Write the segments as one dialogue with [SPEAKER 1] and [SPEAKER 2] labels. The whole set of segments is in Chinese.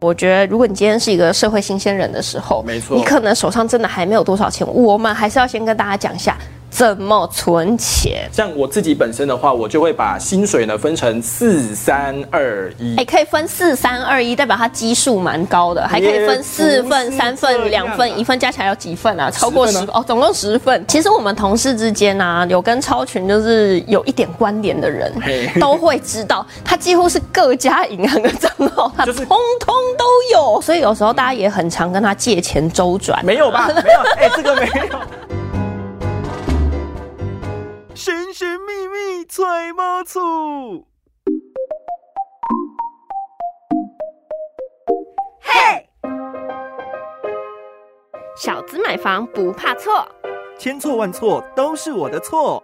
[SPEAKER 1] 我觉得如果你今天是一个社会新鲜人的时候，
[SPEAKER 2] 没错
[SPEAKER 1] 你可能手上真的还没有多少钱，我们还是要先跟大家讲一下怎么存钱。
[SPEAKER 2] 像我自己本身的话，我就会把薪水呢分成四三二一
[SPEAKER 1] 哎、。可以分四三二一，代表它基数蛮高的，还可以分四份、三份、两份、一份，加起来有几份啊？超过
[SPEAKER 2] 啊十
[SPEAKER 1] 十、
[SPEAKER 2] 份啊
[SPEAKER 1] 哦，总共十份。其实我们同事之间啊，有跟超群就是有一点关联的人
[SPEAKER 2] 嘿，
[SPEAKER 1] 都会知道，他几乎是各家银行的账号，他
[SPEAKER 2] 就是
[SPEAKER 1] 通通都有。所以有时候大家也很常跟他借钱周转。
[SPEAKER 2] 没 有吧？没有，哎、这个没有。
[SPEAKER 3] 神神秘秘揣猫醋。
[SPEAKER 1] 小资买房不怕错。
[SPEAKER 3] 千错万错都是我的错。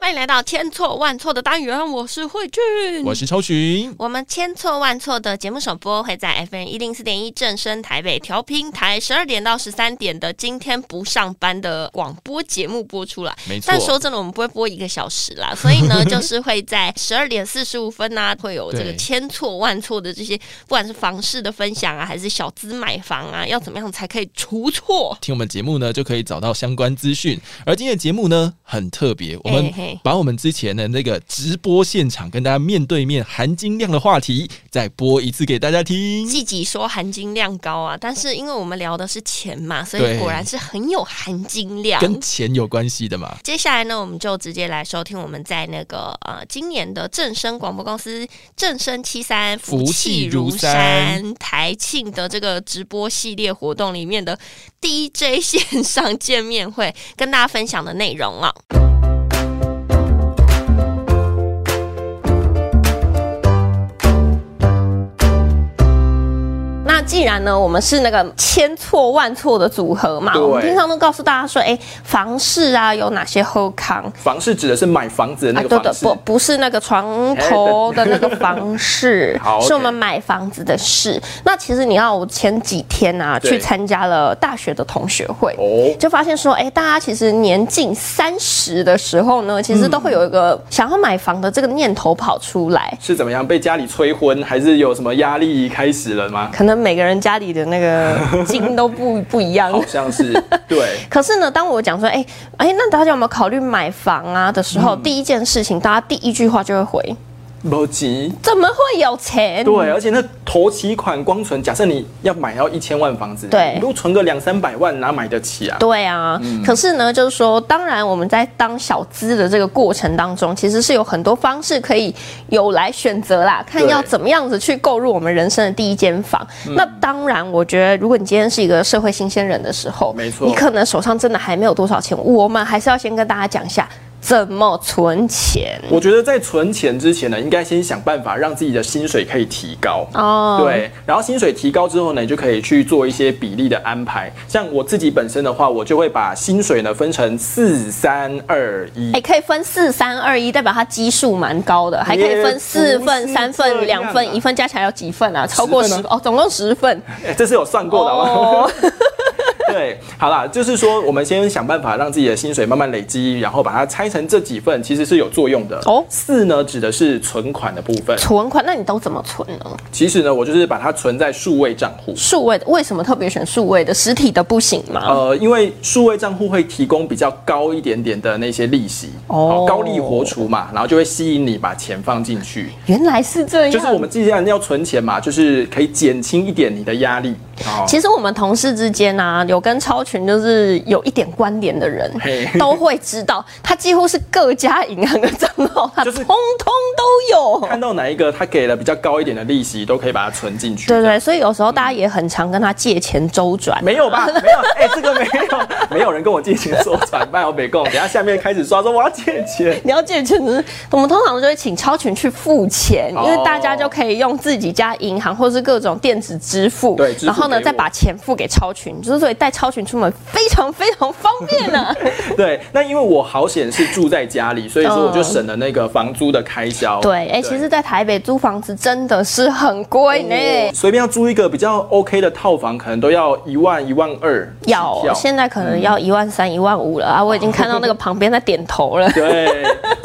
[SPEAKER 1] 欢迎来到千错万错的单元，我是慧俊，
[SPEAKER 4] 我是超群，
[SPEAKER 1] 我们千错万错的节目首播会在 FM 一零四点一正声台北调频台十二点到十三点的今天不上班的广播节目播出来。
[SPEAKER 4] 没错
[SPEAKER 1] 但说真的，我们不会播一个小时啦，所以 呢，就是会在十二点四十五分呐、会有这个
[SPEAKER 4] 对
[SPEAKER 1] 千错万错的这些，不管是房市的分享啊，还是小资买房啊，要怎么样才可以除错？
[SPEAKER 4] 听我们节目呢就可以找到相关资讯。而今天的节目呢很特别，我们
[SPEAKER 1] 嘿
[SPEAKER 4] 把我们之前的那个直播现场跟大家面对面含金量的话题再播一次给大家听。
[SPEAKER 1] 自己说含金量高啊，但是因为我们聊的是钱嘛，所以
[SPEAKER 4] 对
[SPEAKER 1] 果然是很有含金
[SPEAKER 2] 啊
[SPEAKER 1] 量。
[SPEAKER 4] 跟钱有关系的嘛？
[SPEAKER 1] 接下来呢，我们就直接来收听我们在那个呃今年的正声广播公司正声七三
[SPEAKER 4] 福气如
[SPEAKER 1] 山台庆的这个直播系列活动里面的 DJ 线上见面会，跟大家分享的内容啊。那既然呢，我们是那个千错万错的组合嘛，
[SPEAKER 2] 对
[SPEAKER 1] 我们平常都告诉大家说，哎、房市啊有哪些后康。
[SPEAKER 2] 房市指的是买房子的那个
[SPEAKER 1] 啊对
[SPEAKER 2] 房
[SPEAKER 1] 的，
[SPEAKER 2] 市。
[SPEAKER 1] 不不是那个床头的那个房市
[SPEAKER 2] 好，
[SPEAKER 1] 是我
[SPEAKER 2] OK
[SPEAKER 1] 们买房子的事。那其实你看，我前几天啊
[SPEAKER 2] 对
[SPEAKER 1] 去参加了大学的同学会，
[SPEAKER 2] 哦，
[SPEAKER 1] 就发现说，哎，大家其实年近三十的时候呢，其实都会有一
[SPEAKER 2] 嗯
[SPEAKER 1] 个想要买房的这个念头跑出来。
[SPEAKER 2] 是怎么样？被家里催婚，还是有什么压力开始了吗？
[SPEAKER 1] 可能每个人家里的那 个金都不不一样，
[SPEAKER 2] 好像 是对。
[SPEAKER 1] 可是呢，当我讲说，哎、哎、那大家有没有考虑买房啊的时
[SPEAKER 2] 嗯
[SPEAKER 1] 候，第一件事情，大家第一句话就会回，
[SPEAKER 2] 不急。
[SPEAKER 1] 怎么会有钱？
[SPEAKER 2] 对，而且那头期款光存，假设你要买到一千万房子，
[SPEAKER 1] 对
[SPEAKER 2] 你如果存个两三百万，哪买得起啊？
[SPEAKER 1] 对啊，可是呢，就是说，当然我们在当小资的这个过程当中，其实是有很多方式可以有来选择啦，看
[SPEAKER 2] 对嗯
[SPEAKER 1] 要怎么样子去购入我们人生的第一间房。那当然，我觉得如果你今天是一个社会新鲜人的时候，
[SPEAKER 2] 没错
[SPEAKER 1] 你可能手上真的还没有多少钱，我们还是要先跟大家讲一下怎么存钱。
[SPEAKER 2] 我觉得在存钱之前呢，应该先想办法让自己的薪水可以提高。
[SPEAKER 1] 哦，
[SPEAKER 2] 对，然后薪水提高之后呢，你就可以去做一些比例的安排。像我自己本身的话，我就会把薪水呢分成四三二一
[SPEAKER 1] 哎、。可以分四三二一，代表它基数蛮高的，还可以分四份、
[SPEAKER 2] 不是
[SPEAKER 1] 三
[SPEAKER 2] 这
[SPEAKER 1] 份、
[SPEAKER 2] 样
[SPEAKER 1] 两份、
[SPEAKER 2] 啊
[SPEAKER 1] 一份，加起来有几份啊？超过
[SPEAKER 2] 十
[SPEAKER 1] 十
[SPEAKER 2] 份
[SPEAKER 1] 哦，总共十份。
[SPEAKER 2] 哎 这是有算过的好不好？
[SPEAKER 1] 哦，
[SPEAKER 2] 对，好啦，就是说我们先想办法让自己的薪水慢慢累积，然后把它拆成这几份，其实是有作用的。
[SPEAKER 1] 哦
[SPEAKER 2] 四呢指的是存款的部分，
[SPEAKER 1] 存款，那你都怎么存呢？
[SPEAKER 2] 其实呢我就是把它存在数位账户。
[SPEAKER 1] 数位的为什么特别选数位的？实体的不行吗？
[SPEAKER 2] 呃，因为数位账户会提供比较高一点点的那些利息，
[SPEAKER 1] 哦
[SPEAKER 2] 好高利活除嘛，然后就会吸引你把钱放进去。
[SPEAKER 1] 原来是这样。
[SPEAKER 2] 就是我们既然要存钱嘛，就是可以减轻一点你的压力。哦，
[SPEAKER 1] 其实我们同事之间啊，有跟超群就是有一点关联的人
[SPEAKER 2] 嘿，
[SPEAKER 1] 都会知道，他几乎是各家银行的账号，他
[SPEAKER 2] 就是
[SPEAKER 1] 通通都有。
[SPEAKER 2] 看到哪一个他给了比较高一点的利息，都可以把它存进去。
[SPEAKER 1] 对
[SPEAKER 2] 这样
[SPEAKER 1] 对，所以有时候大家也很常跟他借钱周转。
[SPEAKER 2] 没 有吧？没有，哎、这个没有，没 有人跟我借钱说转卖我北贡。等一下下面开始刷说我要借钱，
[SPEAKER 1] 了解钱只是我们通常就会请超群去付钱，因
[SPEAKER 2] 哦
[SPEAKER 1] 为大家就可以用自己家银行或是各种电子支付，
[SPEAKER 2] 对支付
[SPEAKER 1] 后呢
[SPEAKER 2] 给
[SPEAKER 1] 再
[SPEAKER 2] 我
[SPEAKER 1] 把钱付给超群，就是所以带超群出门非常非常方便啊呢、
[SPEAKER 2] 对，那因为我好险是住在家里，所以说我就
[SPEAKER 1] 嗯
[SPEAKER 2] 省了那个房租的开销。
[SPEAKER 1] 对，哎、其实，在台北租房子真的是很贵呢。
[SPEAKER 2] 哎随便要租一个比较 OK 的套房，可能都要一万一万二起
[SPEAKER 1] 要
[SPEAKER 2] 跳。
[SPEAKER 1] 现在可能要一万三、一万五了啊！我已经看到那个旁边在点头了
[SPEAKER 2] 对，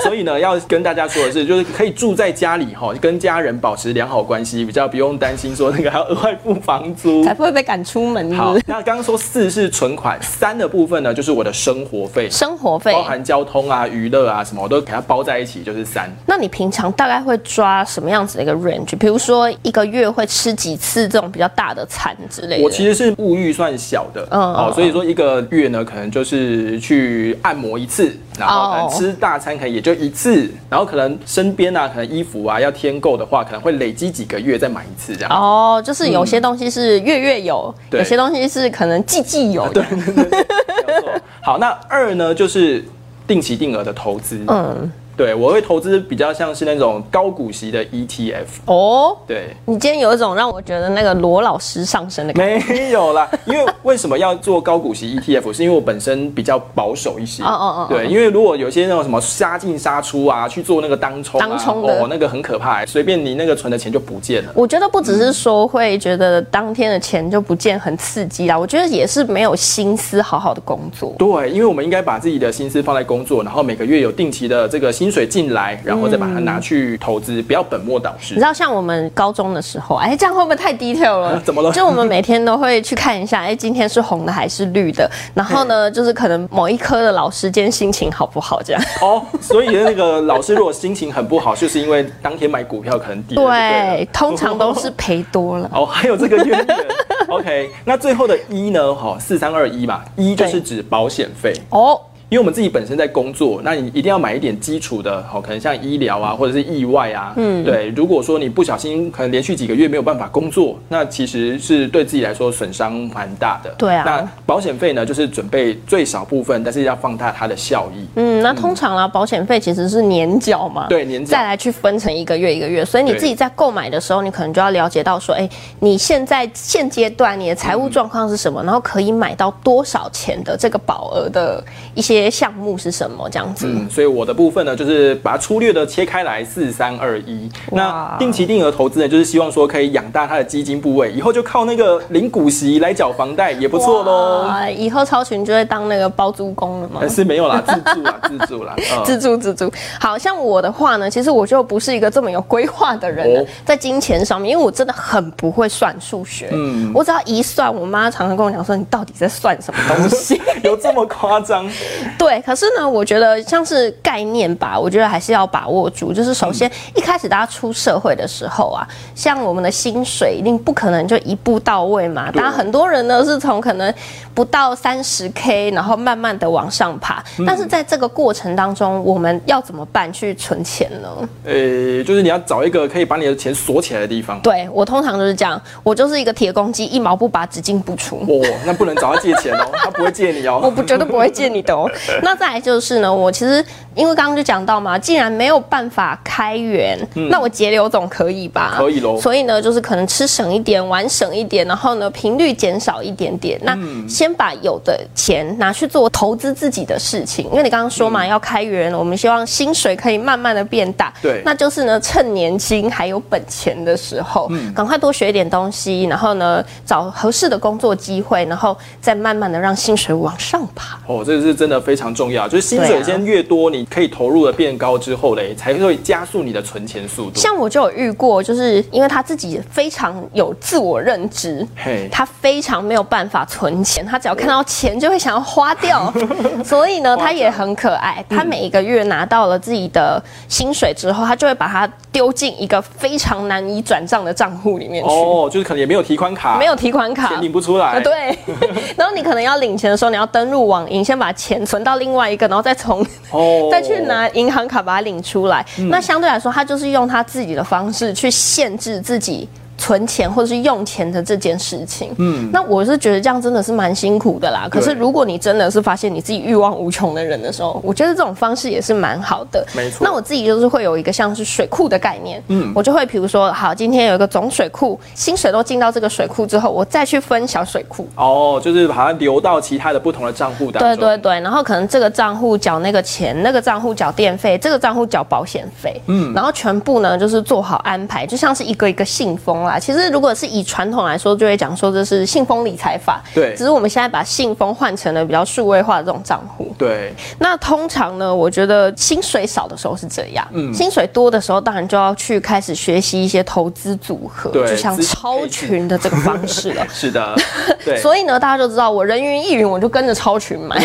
[SPEAKER 2] 所以呢，要跟大家说的是，就是可以住在家里哈，跟家人保持良好关系，比较不用担心说那个还要额外付房租
[SPEAKER 1] 才。不会被赶出门是
[SPEAKER 2] 好
[SPEAKER 1] 不是，
[SPEAKER 2] 那刚刚说四是存款，三的部分呢就是我的生活费，
[SPEAKER 1] 生活费
[SPEAKER 2] 包。含交通啊、娱乐啊什么，我都给它包在一起，就是三。
[SPEAKER 1] 那你平常大概会抓什么样子的一个 range？比如说一个月会吃几次这种比较大的餐之类的？
[SPEAKER 2] 我其实是物欲算小的，
[SPEAKER 1] 嗯
[SPEAKER 2] 哦
[SPEAKER 1] 嗯，
[SPEAKER 2] 所以说一个月呢，可能就是去按摩一次，然后可能
[SPEAKER 1] 哦
[SPEAKER 2] 吃大餐可能也就一次，然后可能身边啊，可能衣服啊要添购的话，可能会累积几个月再买一次这样。
[SPEAKER 1] 哦，就是有些东西是月月有，
[SPEAKER 2] 嗯对
[SPEAKER 1] 有些东西是可能季季有 的。
[SPEAKER 2] 没有错好，那二呢就是定期定额的投资，
[SPEAKER 1] 嗯，
[SPEAKER 2] 对我会投资比较像是那种高股息的 ETF，
[SPEAKER 1] 哦，
[SPEAKER 2] 对。
[SPEAKER 1] 你今天有一种让我觉得那个罗老师上身的感觉。
[SPEAKER 2] 没有啦，因为为什么要做高股息 ETF？是因为我本身比较保守一些。
[SPEAKER 1] 哦哦哦哦
[SPEAKER 2] 对，因为如果有些那种什么杀进杀出啊，去做那个当冲、啊，
[SPEAKER 1] 当冲的
[SPEAKER 2] 哦，那个很可怕、随便你那个存的钱就不见了。
[SPEAKER 1] 我觉得不只是说会觉得当天的钱就不见很刺激啦，我觉得也是没有心思好好的工作。
[SPEAKER 2] 对，因为我们应该把自己的心思放在工作，然后每个月有定期的这个薪水进来，然后
[SPEAKER 1] 嗯
[SPEAKER 2] 再把它拿去投资，不要本末倒
[SPEAKER 1] 你
[SPEAKER 2] 置
[SPEAKER 1] 知。道，像我们高中的时候，哎，这样会不会太 detail 了？
[SPEAKER 2] 怎么了
[SPEAKER 1] 就我们每天都会去看一下，哎，今天是红的还是绿的？然后
[SPEAKER 2] 嗯
[SPEAKER 1] 呢，就是可能某一科的老师今天心情好不好？这样。
[SPEAKER 2] 哦，所以那个老师如果心情很不好，就是因为当天买股票可能跌了。就对了
[SPEAKER 1] 对，通常都是赔多 了。
[SPEAKER 2] 哦，还有这个渊源。OK，那最后的一呢？哈、四三二一嘛，一就是指保险费，
[SPEAKER 1] 哦，
[SPEAKER 2] 因为我们自己本身在工作，那你一定要买一点基础的，好、可能像医疗啊，或者是意外啊，嗯，对。如果说你不小心可能连续几个月没有办法工作，那其实是对自己来说损伤蛮大的。
[SPEAKER 1] 对啊
[SPEAKER 2] 那保险费呢，就是准备最少部分，但是要放大它的效益。
[SPEAKER 1] 嗯，那通常啦，保险费其实是年缴嘛，
[SPEAKER 2] 对年缴
[SPEAKER 1] 再来去分成一个月一个月，所以你
[SPEAKER 2] 对
[SPEAKER 1] 自己在购买的时候，你可能就要了解到说，哎，你现在现阶段你的财务状况是什
[SPEAKER 2] 嗯
[SPEAKER 1] 么，然后可以买到多少钱的这个保额的一些项目是什么，这样子。
[SPEAKER 2] 嗯，所以我的部分呢，就是把它粗略的切开来，四三二一。那
[SPEAKER 1] 哇
[SPEAKER 2] 定期定额投资呢，就是希望说可以养大它的基金部位，以后就靠那个零股息来缴房贷，也不错喽。
[SPEAKER 1] 哇，啊以后超群就会当那个包租公了吗
[SPEAKER 2] 但？哎是没有啦， 自助啦，自 助啦。嗯
[SPEAKER 1] 自助自助，好像我的话呢，其实我就不是一个这么有规划的人了
[SPEAKER 2] 哦
[SPEAKER 1] 在金钱上面，因为我真的很不会算数学。
[SPEAKER 2] 嗯
[SPEAKER 1] 我只要一算，我妈常常跟我讲说：“你到底在算什么东西
[SPEAKER 2] 有这么夸张？？”
[SPEAKER 1] 对，可是呢，我觉得像是概念吧，我觉得还是要把握住。就是首先、一开始大家出社会的时候啊，像我们的薪水一定不可能就一步到位嘛。
[SPEAKER 2] 对
[SPEAKER 1] 当然很多人呢是从可能不到三十 K，然后慢慢的往上爬。但是在这个过程当中，我们要怎么办去存钱呢？
[SPEAKER 2] 呃，就是你要找一个可以把你的钱锁起来的地方。
[SPEAKER 1] 对我通常就是这样，我就是一个铁公鸡，一毛不拔，只进不出。
[SPEAKER 2] 哦，那不能找他借钱 哦，他不会借你
[SPEAKER 1] 我
[SPEAKER 2] 哦。
[SPEAKER 1] 不绝对不会借你的 哦。那再来就是呢，我其实因为刚刚就讲到嘛，既然没有办法开源，那我节流总可以吧？
[SPEAKER 2] 嗯可以咯
[SPEAKER 1] 所以呢，就是可能吃省一点，玩省一点，然后呢频率减少一点点。那先把有的钱拿去做投资自己的事情，因为你刚刚说嘛，要开源，我们希望薪水可以慢慢的变大。
[SPEAKER 2] 对
[SPEAKER 1] 那就是呢，趁年轻还有本钱的时候，赶快多学一点东西，然后呢，找合适的工作机会，然后再慢慢的让薪水往上爬。
[SPEAKER 2] 哦，这个是真的非常重要，就是薪
[SPEAKER 1] 对
[SPEAKER 2] 水
[SPEAKER 1] 啊
[SPEAKER 2] 先越多，你可以投入的变高之后嘞，才会加速你的存钱速度。
[SPEAKER 1] 像我就有遇过，就是因为他自己非常有自我认知
[SPEAKER 2] 嘿，
[SPEAKER 1] 他非常没有办法存钱，他只要看到钱就会想要花 掉，所以呢，他也很可爱。他每一个月拿到了自己的薪水之后，他就会把它丢进一个非常难以转账的账户里面去。
[SPEAKER 2] 哦，就是可能也没有提款卡，
[SPEAKER 1] 没有提款卡
[SPEAKER 2] 钱，领不出来。
[SPEAKER 1] 啊，对。 然后你可能要领钱的时候，你要登录网银，先把钱存到另外一个，然后再从、
[SPEAKER 2] 哦嗯
[SPEAKER 1] 再去拿银行卡把它领出来。那相对来说，他就是用他自己的方式去限制自己。存钱或者是用钱的这件事情。
[SPEAKER 2] 嗯，
[SPEAKER 1] 那我是觉得这样真的是蛮辛苦的啦。可是
[SPEAKER 2] 对
[SPEAKER 1] 如果你真的是发现你自己欲望无穷的人的时候，我觉得这种方式也是蛮好的。
[SPEAKER 2] 没错
[SPEAKER 1] 那我自己就是会有一个像是水库的概念，
[SPEAKER 2] 嗯
[SPEAKER 1] 嗯，我就会比如说，好，今天有一个总水库，薪水都进到这个水库之后，我再去分小水库。
[SPEAKER 2] 哦，就是把它流到其他的不同的账户当
[SPEAKER 1] 对
[SPEAKER 2] 中。
[SPEAKER 1] 对对，然后可能这个账户缴那个钱，那个账户缴电费，这个账户缴保险费，嗯，然后全部呢就是做好安排，就像是一个一个信封啦。其实如果是以传统来说，就会讲说这是信封理财法，
[SPEAKER 2] 对
[SPEAKER 1] 只是我们现在把信封换成了比较数位化的这种账户。
[SPEAKER 2] 对
[SPEAKER 1] 那通常呢，我觉得薪水少的时候是这样，
[SPEAKER 2] 嗯
[SPEAKER 1] 薪水多的时候，当然就要去开始学习一些投资组合，
[SPEAKER 2] 对
[SPEAKER 1] 就像
[SPEAKER 2] 资产
[SPEAKER 1] 超
[SPEAKER 2] 配置
[SPEAKER 1] 群的这个方式了。
[SPEAKER 2] 是 的， 对。
[SPEAKER 1] 所以呢，大家就知道我人云亦云，我就跟着超群买。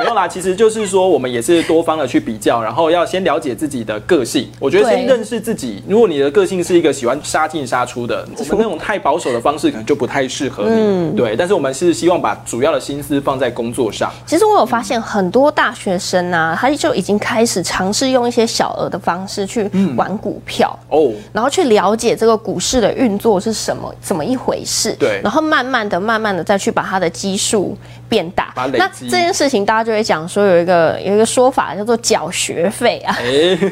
[SPEAKER 2] 没有啦，其实就是说我们也是多方的去比较，然后要先了解自己的个性。我觉得
[SPEAKER 1] 对
[SPEAKER 2] 先认识自己。如果你的个性是一个喜欢杀进杀 出的，我们那种太保守的方式可能就不太适合你。
[SPEAKER 1] 嗯
[SPEAKER 2] 对，但是我们是希望把主要的心思放在工作上。
[SPEAKER 1] 其实我有发现很多大学生啊，他就已经开始尝试用一些小额的方式去
[SPEAKER 2] 嗯
[SPEAKER 1] 玩股票。
[SPEAKER 2] 哦，
[SPEAKER 1] 然后去了解这个股市的运作是什么，怎么一回事。
[SPEAKER 2] 对
[SPEAKER 1] 然后慢慢的、慢慢的再去把它的基数变大。
[SPEAKER 2] 把它累
[SPEAKER 1] 那
[SPEAKER 2] 积
[SPEAKER 1] 这件事情，大家就会讲说有一个有一个说法叫做缴学费啊。
[SPEAKER 2] 哎，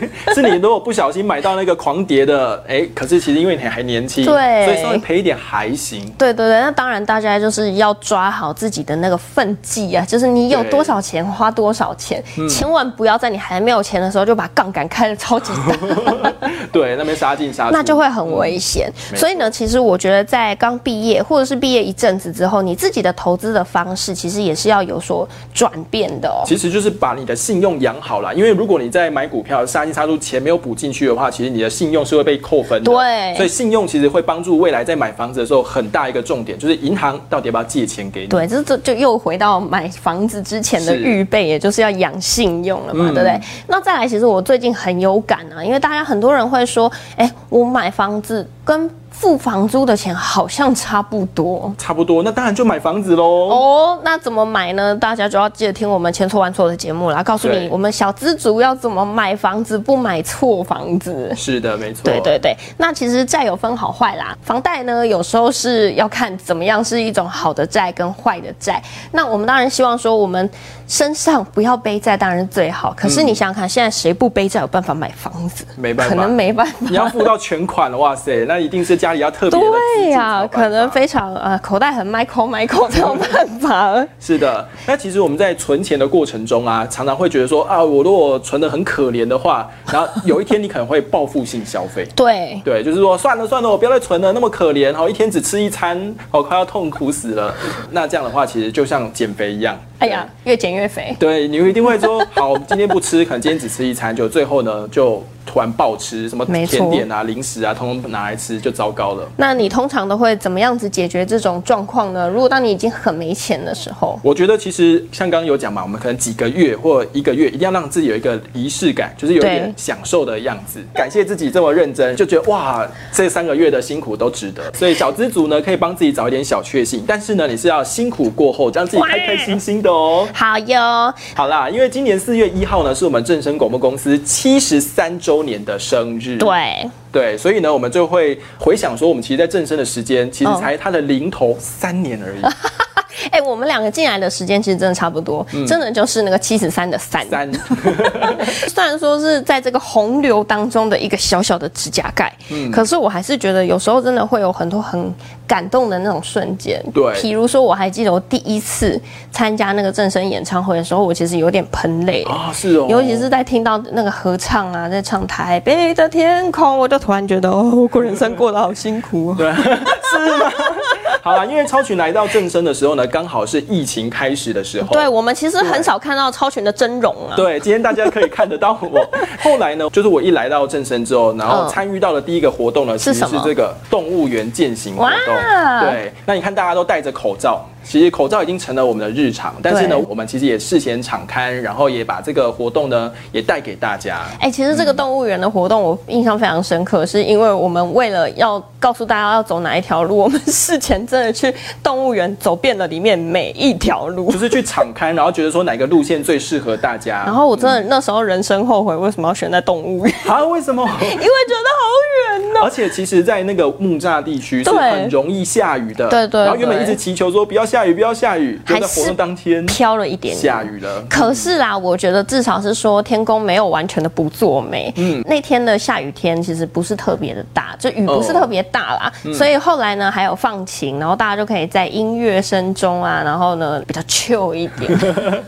[SPEAKER 2] 是你如果不小心买到那个狂跌的，哎，可是其实因为你还年轻，
[SPEAKER 1] 对
[SPEAKER 2] 所以稍微赔一点还行。
[SPEAKER 1] 对对对，那当然大家就是要抓好自己的那个分际啊，就是你有
[SPEAKER 2] 对嗯
[SPEAKER 1] 多少钱花多少钱，千万不要在你还没有钱的时候就把杠杆开的超级大。
[SPEAKER 2] 对，那边杀进杀出，
[SPEAKER 1] 那就会很危险。
[SPEAKER 2] 嗯没错
[SPEAKER 1] 所以呢，其实我觉得在刚毕业或者是毕业一阵子之后，你自己的投资的方式其实也是要有所转变的哦。
[SPEAKER 2] 其实就是把你的信用养好了，因为如果你在买股票杀进杀出钱没有补进去的话，其实你的信用是会被扣分的。
[SPEAKER 1] 对
[SPEAKER 2] 所以信用其实会帮助未来在买房子的时候很大一个重点，就是银行到底要不要借钱给你。
[SPEAKER 1] 对，这这就又回到买房子之前的
[SPEAKER 2] 是
[SPEAKER 1] 预备，也就是要养信用了嘛，
[SPEAKER 2] 嗯
[SPEAKER 1] 对不对？那再来，其实我最近很有感啊，因为大家很多人会说，哎，我买房子跟付房租的钱好像差不多。
[SPEAKER 2] 差不多，那当然就买房子喽。
[SPEAKER 1] 哦，那怎么买呢？大家就要记得听我们千错万错的节目啦，告诉
[SPEAKER 2] 对
[SPEAKER 1] 你我们小资族要怎么买房子，不买错房子。
[SPEAKER 2] 是的，没错。
[SPEAKER 1] 对对对，那其实债有分好坏啦，房贷呢有时候是要看怎么样是一种好的债跟坏的债。那我们当然希望说我们身上不要背债，当然是最好。可是你想想看，现在谁不背债有办法买房子？
[SPEAKER 2] 嗯没办法
[SPEAKER 1] 可能没办法。
[SPEAKER 2] 你要付到全款了，哇塞，那一定是家里要特别的资
[SPEAKER 1] 对
[SPEAKER 2] 助
[SPEAKER 1] 呀、
[SPEAKER 2] 才有办法
[SPEAKER 1] 可能非常呃口袋很 Michael Michael 才有办法。
[SPEAKER 2] 是的，那其实我们在存钱的过程中啊，常常会觉得说啊，我如果存的很可怜的话，然后有一天你可能会报复性消费。
[SPEAKER 1] 对，
[SPEAKER 2] 对，就是说算了算了，我不要再存了，那么可怜哦，一天只吃一餐，哦，快要痛苦死了。那这样的话，其实就像减肥一样。
[SPEAKER 1] 哎呀，越减越肥。
[SPEAKER 2] 对，你一定会说， 好，今天不吃，可能今天只吃一餐，就最后呢，就突然暴吃什么
[SPEAKER 1] 没错
[SPEAKER 2] 甜点啊、零食啊，通通拿来吃，就糟糕了。
[SPEAKER 1] 那你通常都会怎么样子解决这种状况呢？如果当你已经很没钱的时候，
[SPEAKER 2] 我觉得其实像刚刚有讲嘛，我们可能几个月或一个月，一定要让自己有一个仪式感，就是有一点
[SPEAKER 1] 对
[SPEAKER 2] 享受的样子。感谢自己这么认真，就觉得哇，这三个月的辛苦都值得。 所以小资族呢，可以帮自己找一点小确幸，但是呢，你是要辛苦过后，让自己开开心心的哦。
[SPEAKER 1] 好哟，
[SPEAKER 2] 好啦，因为今年四月一号呢，是我们正声广播公司七十三周年的生日。
[SPEAKER 1] 对，
[SPEAKER 2] 对，所以呢，我们就会回想说，我们其实，在正声的时间，其实
[SPEAKER 1] 嗯
[SPEAKER 2] 才它的零头三年而已。
[SPEAKER 1] 哎、我们两个进来的时间其实真的差不多，真的就是那个七十三的嗯三。
[SPEAKER 2] 三，
[SPEAKER 1] 虽然说是在这个洪流当中的一个小小的指甲盖，可是我还是觉得有时候真的会有很多很感动的那种瞬间。
[SPEAKER 2] 对
[SPEAKER 1] 比如说我还记得我第一次参加那个正声演唱会的时候，我其实有点喷泪
[SPEAKER 2] 啊、是哦，
[SPEAKER 1] 尤其是在听到那个合唱啊，在唱《台北的天空》，我就突然觉得哦，过人生过得好辛苦、哦。
[SPEAKER 2] 对， 是吗？ 好啦，因为超群来到正生的时候呢，刚好是疫情开始的时候。
[SPEAKER 1] 对，我们其实很少看到超群的真容啊。
[SPEAKER 2] 对，今天大家可以看得到我。后来呢，就是我一来到正生之后，然后
[SPEAKER 1] 嗯
[SPEAKER 2] 参与到的第一个活动呢，其
[SPEAKER 1] 是
[SPEAKER 2] 实
[SPEAKER 1] 什
[SPEAKER 2] 是
[SPEAKER 1] 么
[SPEAKER 2] 这个动物园践行活动。
[SPEAKER 1] 哇
[SPEAKER 2] 对，那你看大家都戴着口罩，其实口罩已经成了我们的日常，但是呢，
[SPEAKER 1] 对
[SPEAKER 2] 我们其实也事先敞开，然后也把这个活动呢也带给大家。
[SPEAKER 1] 哎、其实这个动物园的活动我印象非常深刻，是因为我们为了要告诉大家要走哪一条路，我们事前真的去动物园走遍了里面每一条路
[SPEAKER 2] 就。是去敞开，然后觉得说哪个路线最适合大家。
[SPEAKER 1] 然后我真的那时候人生后悔，为什么要选在动物园？
[SPEAKER 2] 啊，为什么？
[SPEAKER 1] 因为觉得好远哦、
[SPEAKER 2] 而且其实，在那个木栅地区是
[SPEAKER 1] 对
[SPEAKER 2] 很容易下雨的，
[SPEAKER 1] 对对
[SPEAKER 2] 然后原本
[SPEAKER 1] 对
[SPEAKER 2] 一直祈求说不要下雨，不要下雨，就
[SPEAKER 1] 还
[SPEAKER 2] 在活
[SPEAKER 1] 是
[SPEAKER 2] 动当天
[SPEAKER 1] 飘了一点点。
[SPEAKER 2] 下雨了。
[SPEAKER 1] 可是啦，我觉得至少是说天公没有完全的不作美。
[SPEAKER 2] 嗯
[SPEAKER 1] 嗯，那天的下雨天其实不是特别的大，就雨不是
[SPEAKER 2] 哦
[SPEAKER 1] 特别大啦，所以后来呢还有放晴，然后大家就可以在音乐声中啊，然后呢比较 chill 一点。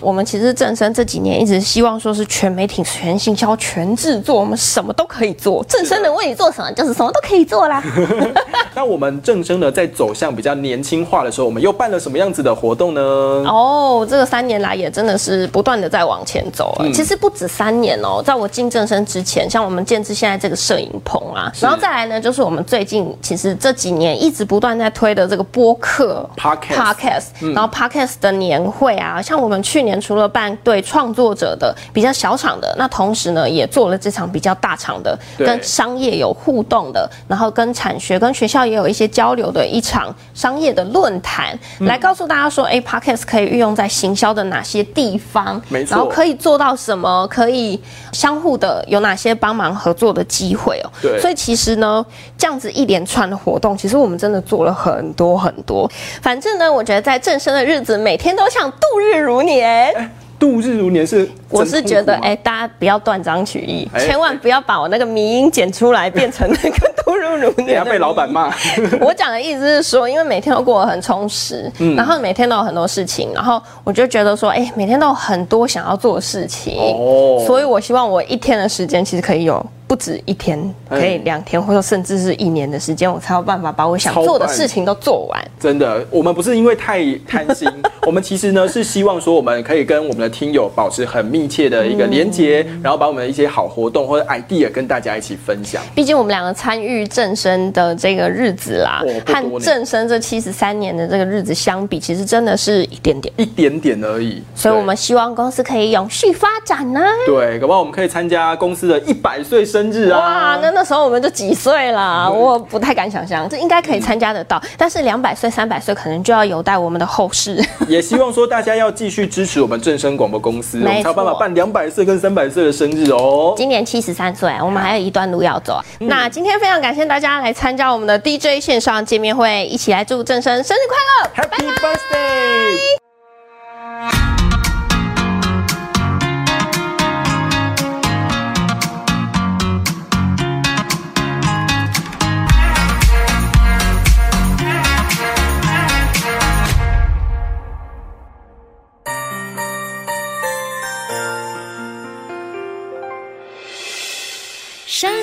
[SPEAKER 1] 我们其实正生这几年一直希望说是全媒体、全行销、全制作，我们什么都可以做。正生能为你做什么，就是什么都可以做啦。
[SPEAKER 2] 那我们正生呢，在走向比较年轻化的时候，我们又办了什么样子的活动呢？
[SPEAKER 1] 哦，这个三年来也真的是不断的在往前走、哎，其实不止三年哦，在我进正生之前，像我们建制现在这个摄影棚啊，然后再来呢，就是我们最近其实这几年一直不断在推的这个播客
[SPEAKER 2] Podcast
[SPEAKER 1] podcast，然
[SPEAKER 2] 嗯
[SPEAKER 1] 后 podcast 的年会啊，像我们去年除了办对创作者的比较小场的，那同时呢也做了这场比较大场的，
[SPEAKER 2] 对
[SPEAKER 1] 跟商业有互动的，然后跟产学跟学校也有一些交流的一场商业的论坛，
[SPEAKER 2] 嗯
[SPEAKER 1] 来告诉大家说，哎，podcast 可以运用在行销的哪些地方，
[SPEAKER 2] 没错
[SPEAKER 1] 然后可以做到什么，可以相互的有哪些帮忙合作的机会哦。
[SPEAKER 2] 对
[SPEAKER 1] 所以其实呢，这样子一连串的活动，其实我们真的做了很多很多。反正呢，我觉得在正生的日子，每天都想度日如年。
[SPEAKER 2] 度日如年哎是真
[SPEAKER 1] 我是觉得，
[SPEAKER 2] 痛苦吗啊
[SPEAKER 1] 哎、大家不要断章取义，
[SPEAKER 2] 哎
[SPEAKER 1] 千万不要把我那个迷音剪出来，变成那个度日如
[SPEAKER 2] 等一
[SPEAKER 1] 年
[SPEAKER 2] 下
[SPEAKER 1] 的
[SPEAKER 2] 哎被老板骂。
[SPEAKER 1] 我讲的意思是说，因为每天都过得很充实，
[SPEAKER 2] 嗯
[SPEAKER 1] 然后每天都有很多事情，然后我就觉得说，哎、每天都有很多想要做的事情，
[SPEAKER 2] 哦
[SPEAKER 1] 所以我希望我一天的时间其实可以有不止一天，
[SPEAKER 2] 哎
[SPEAKER 1] 可以两天，或者甚至是一年的时间，我才有办法把我想做的事情都做完。
[SPEAKER 2] 真的，我们不是因为太贪心，我们其实呢是希望说，我们可以跟我们的听友保持很密切的一个连接，
[SPEAKER 1] 嗯
[SPEAKER 2] 然后把我们的一些好活动或者 idea 跟大家一起分享。
[SPEAKER 1] 毕竟我们两个参与正生的这个日子啦
[SPEAKER 2] 哦，不多呢
[SPEAKER 1] 和正生这七十三年的这个日子相比，其实真的是一点点。
[SPEAKER 2] 一点点而已，
[SPEAKER 1] 所以
[SPEAKER 2] 对
[SPEAKER 1] 我们希望公司可以永续发展呢、
[SPEAKER 2] 对，搞不好我们可以参加公司的一百岁生日啊！
[SPEAKER 1] 哇，那那时候我们就几岁了，我不太敢想象，这应该可以参加得到。但是两百岁、三百岁可能就要有待我们的后世。
[SPEAKER 2] 也希望说大家要继续支持我们正声广播公司，我
[SPEAKER 1] 没
[SPEAKER 2] 们才有办法
[SPEAKER 1] 错
[SPEAKER 2] 办两百岁跟三百岁的生 日哦。
[SPEAKER 1] 今年七十三岁，我们还有一段路要走。那今天非常感谢大家来参加我们的 DJ 线上见面会，一起来祝正生生日快乐！
[SPEAKER 2] Happy birthday！
[SPEAKER 5] 伤